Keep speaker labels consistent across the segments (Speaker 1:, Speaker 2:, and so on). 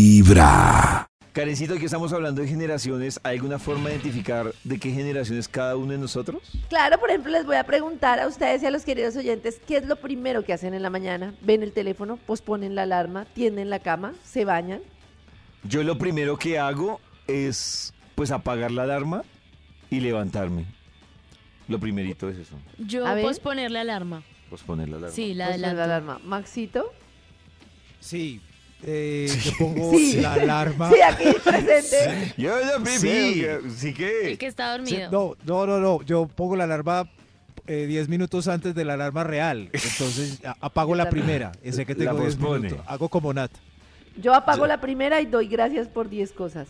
Speaker 1: Vibra.
Speaker 2: Karencito, aquí estamos hablando de generaciones. ¿Hay alguna forma de identificar de qué generación es cada uno de nosotros?
Speaker 3: Claro, por ejemplo, les voy a preguntar a ustedes y a los queridos oyentes qué es lo primero que hacen en la mañana. Ven el teléfono, posponen la alarma, tienden la cama, se bañan.
Speaker 2: Yo lo primero que hago es, pues, apagar la alarma y levantarme. Lo primerito es eso,
Speaker 4: Yo
Speaker 3: A ver.
Speaker 4: posponer la alarma.
Speaker 2: posponer la alarma.
Speaker 4: Sí, la
Speaker 3: posponen
Speaker 4: adelanto.
Speaker 3: la alarma. Maxito.
Speaker 5: Sí, eh, yo pongo la alarma.
Speaker 3: Sí, aquí presente.
Speaker 2: Yo lo primero
Speaker 5: Sí.
Speaker 2: que- sí que...
Speaker 4: El que está
Speaker 5: Sí,
Speaker 4: dormido.
Speaker 5: no, no, no, no, yo pongo la alarma eh, 10 minutos antes de la alarma real. Entonces a- apago
Speaker 3: Yo
Speaker 5: la
Speaker 3: también.
Speaker 5: primera. y sé que
Speaker 2: La
Speaker 5: tengo 10
Speaker 2: pospone.
Speaker 5: minutos. Hago como Nat.
Speaker 3: Yo apago la primera y doy gracias por 10 cosas.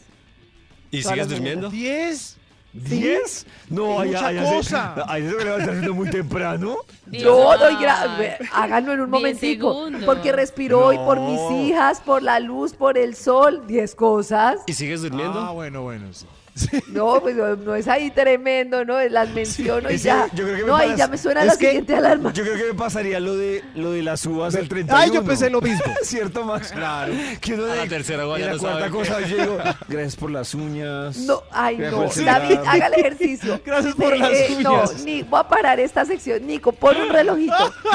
Speaker 6: ¿Y
Speaker 3: Todas
Speaker 6: sigues
Speaker 3: las mañanas.
Speaker 6: durmiendo?
Speaker 5: ¿10?
Speaker 2: ¿Diez? No,
Speaker 5: Es
Speaker 2: allá,
Speaker 5: mucha
Speaker 2: allá se-
Speaker 5: cosa.
Speaker 2: allá se me levantan haciendo muy temprano.
Speaker 4: Diez.
Speaker 3: Yo doy
Speaker 4: Ay.
Speaker 3: gracias. Háganlo en un
Speaker 4: Diez
Speaker 3: momentico.
Speaker 4: segundos.
Speaker 3: Porque respiro hoy por mis
Speaker 2: No.
Speaker 3: hijas, por la luz, por el sol. 10 cosas.
Speaker 6: ¿Y sigues
Speaker 5: Ah,
Speaker 6: durmiendo?
Speaker 5: bueno, bueno. sí. Sí.
Speaker 3: No, pues no, no es ahí tremendo, ¿no? Las menciono y
Speaker 2: Es que
Speaker 3: ya.
Speaker 2: yo creo que me
Speaker 3: no, ahí
Speaker 2: pasa-
Speaker 3: ya me suena
Speaker 2: es
Speaker 3: la
Speaker 2: que
Speaker 3: siguiente alarma.
Speaker 2: Yo creo que me pasaría lo de, lo de las uvas al 31.
Speaker 5: Ay, yo pensé lo mismo.
Speaker 2: ¿Cierto, Max?
Speaker 5: Claro.
Speaker 2: Que uno
Speaker 6: A
Speaker 2: de-
Speaker 6: la tercera
Speaker 2: de
Speaker 6: guaya
Speaker 2: la
Speaker 6: no
Speaker 2: cuarta
Speaker 6: sabe
Speaker 2: cosa yo digo, gracias por las uñas.
Speaker 3: No, ay,
Speaker 2: Gracias
Speaker 3: no.
Speaker 2: por el
Speaker 3: David,
Speaker 2: celular.
Speaker 3: haga el ejercicio. Eh,
Speaker 5: Gracias por las
Speaker 3: No,
Speaker 5: uñas.
Speaker 3: ni, voy a parar esta sección. Nico, pon un relojito.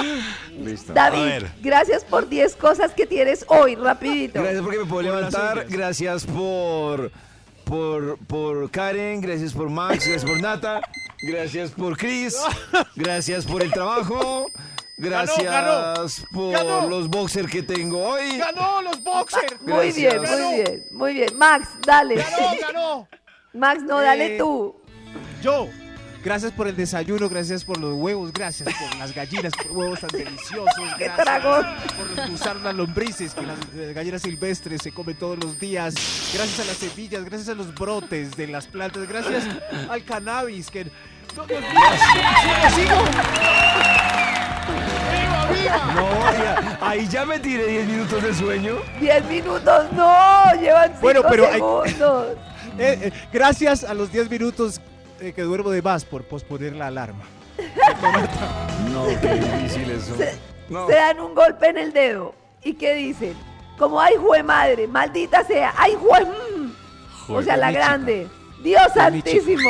Speaker 2: Listo.
Speaker 6: A
Speaker 3: David,
Speaker 6: ver.
Speaker 3: gracias por 10 cosas que tienes hoy, rapidito.
Speaker 2: Gracias porque me puedo
Speaker 5: las
Speaker 2: levantar.
Speaker 5: uñas.
Speaker 2: Gracias por, por, por Karen. Gracias por Max. Gracias por Nata. Gracias por Chris. Gracias por el trabajo.
Speaker 5: Ganó,
Speaker 2: Gracias
Speaker 5: ganó,
Speaker 2: por
Speaker 5: ganó.
Speaker 2: los boxers que tengo hoy.
Speaker 5: ¡Ganó los boxers!
Speaker 3: Muy bien,
Speaker 2: Gracias.
Speaker 3: muy bien, muy bien. Max, dale.
Speaker 5: ganó!
Speaker 3: Max, no, dale
Speaker 5: Eh,
Speaker 3: tú.
Speaker 5: Yo. Gracias por el desayuno, gracias por los huevos, gracias por las gallinas, por huevos tan deliciosos,
Speaker 3: ¡Qué
Speaker 5: gracias
Speaker 3: tragón!
Speaker 5: por expulsar las lombrices que las eh, gallinas silvestres se comen todos los días, gracias a las semillas, gracias a los brotes de las plantas, gracias al cannabis que... ¡No, Dios mío! ¡Sigo, sigo! ¡Viva, viva!
Speaker 2: No, ya- ahí ya me tiré 10 minutos de sueño.
Speaker 3: 10 minutos, no, llevan 5
Speaker 5: Bueno, pero hay-
Speaker 3: segundos.
Speaker 5: Eh, eh, gracias a los 10 minutos eh, que duermo de más por posponer la alarma.
Speaker 2: No, qué difícil eso. No.
Speaker 3: se dan un golpe en el dedo y qué dicen como ay jue madre maldita sea ay jue mm". o
Speaker 6: Jue-
Speaker 3: sea la
Speaker 5: mi chica.
Speaker 3: grande Dios
Speaker 5: Jue- mi chica.
Speaker 3: santísimo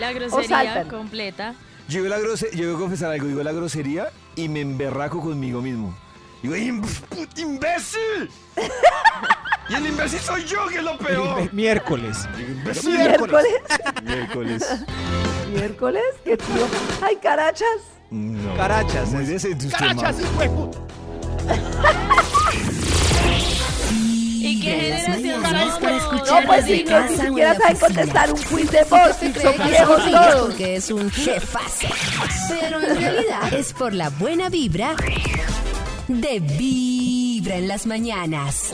Speaker 4: La
Speaker 3: saltan.
Speaker 4: grosería completa.
Speaker 2: Yo, digo la grose- yo voy a confesar algo, digo la grosería y me emberraco conmigo mismo. Digo, "Im- put- imbécil! y el imbécil soy yo, que es lo peor.
Speaker 5: Mi- Miércoles.
Speaker 2: Digo, "Imbécil".
Speaker 3: miércoles
Speaker 2: Miércoles.
Speaker 3: miércoles qué tío ay carachas
Speaker 2: No.
Speaker 5: Carachas,
Speaker 2: Muy
Speaker 5: es-
Speaker 2: decente usted,
Speaker 5: ¡Carachas,
Speaker 2: Max.
Speaker 5: hijo de puta!
Speaker 4: ¿Y qué
Speaker 7: Las
Speaker 4: generación
Speaker 7: mañanas para
Speaker 4: somos?
Speaker 7: escuchar
Speaker 3: no pues
Speaker 7: desde
Speaker 3: sí no, ni
Speaker 7: casa o en
Speaker 3: siquiera
Speaker 7: la
Speaker 3: saben
Speaker 7: oficina.
Speaker 3: contestar un quiz de voz
Speaker 7: Se cree
Speaker 3: son
Speaker 7: que es
Speaker 3: viejos
Speaker 7: horrible
Speaker 3: todos
Speaker 7: porque es un jefazo. Pero en realidad es por la buena vibra de Vibra en las mañanas.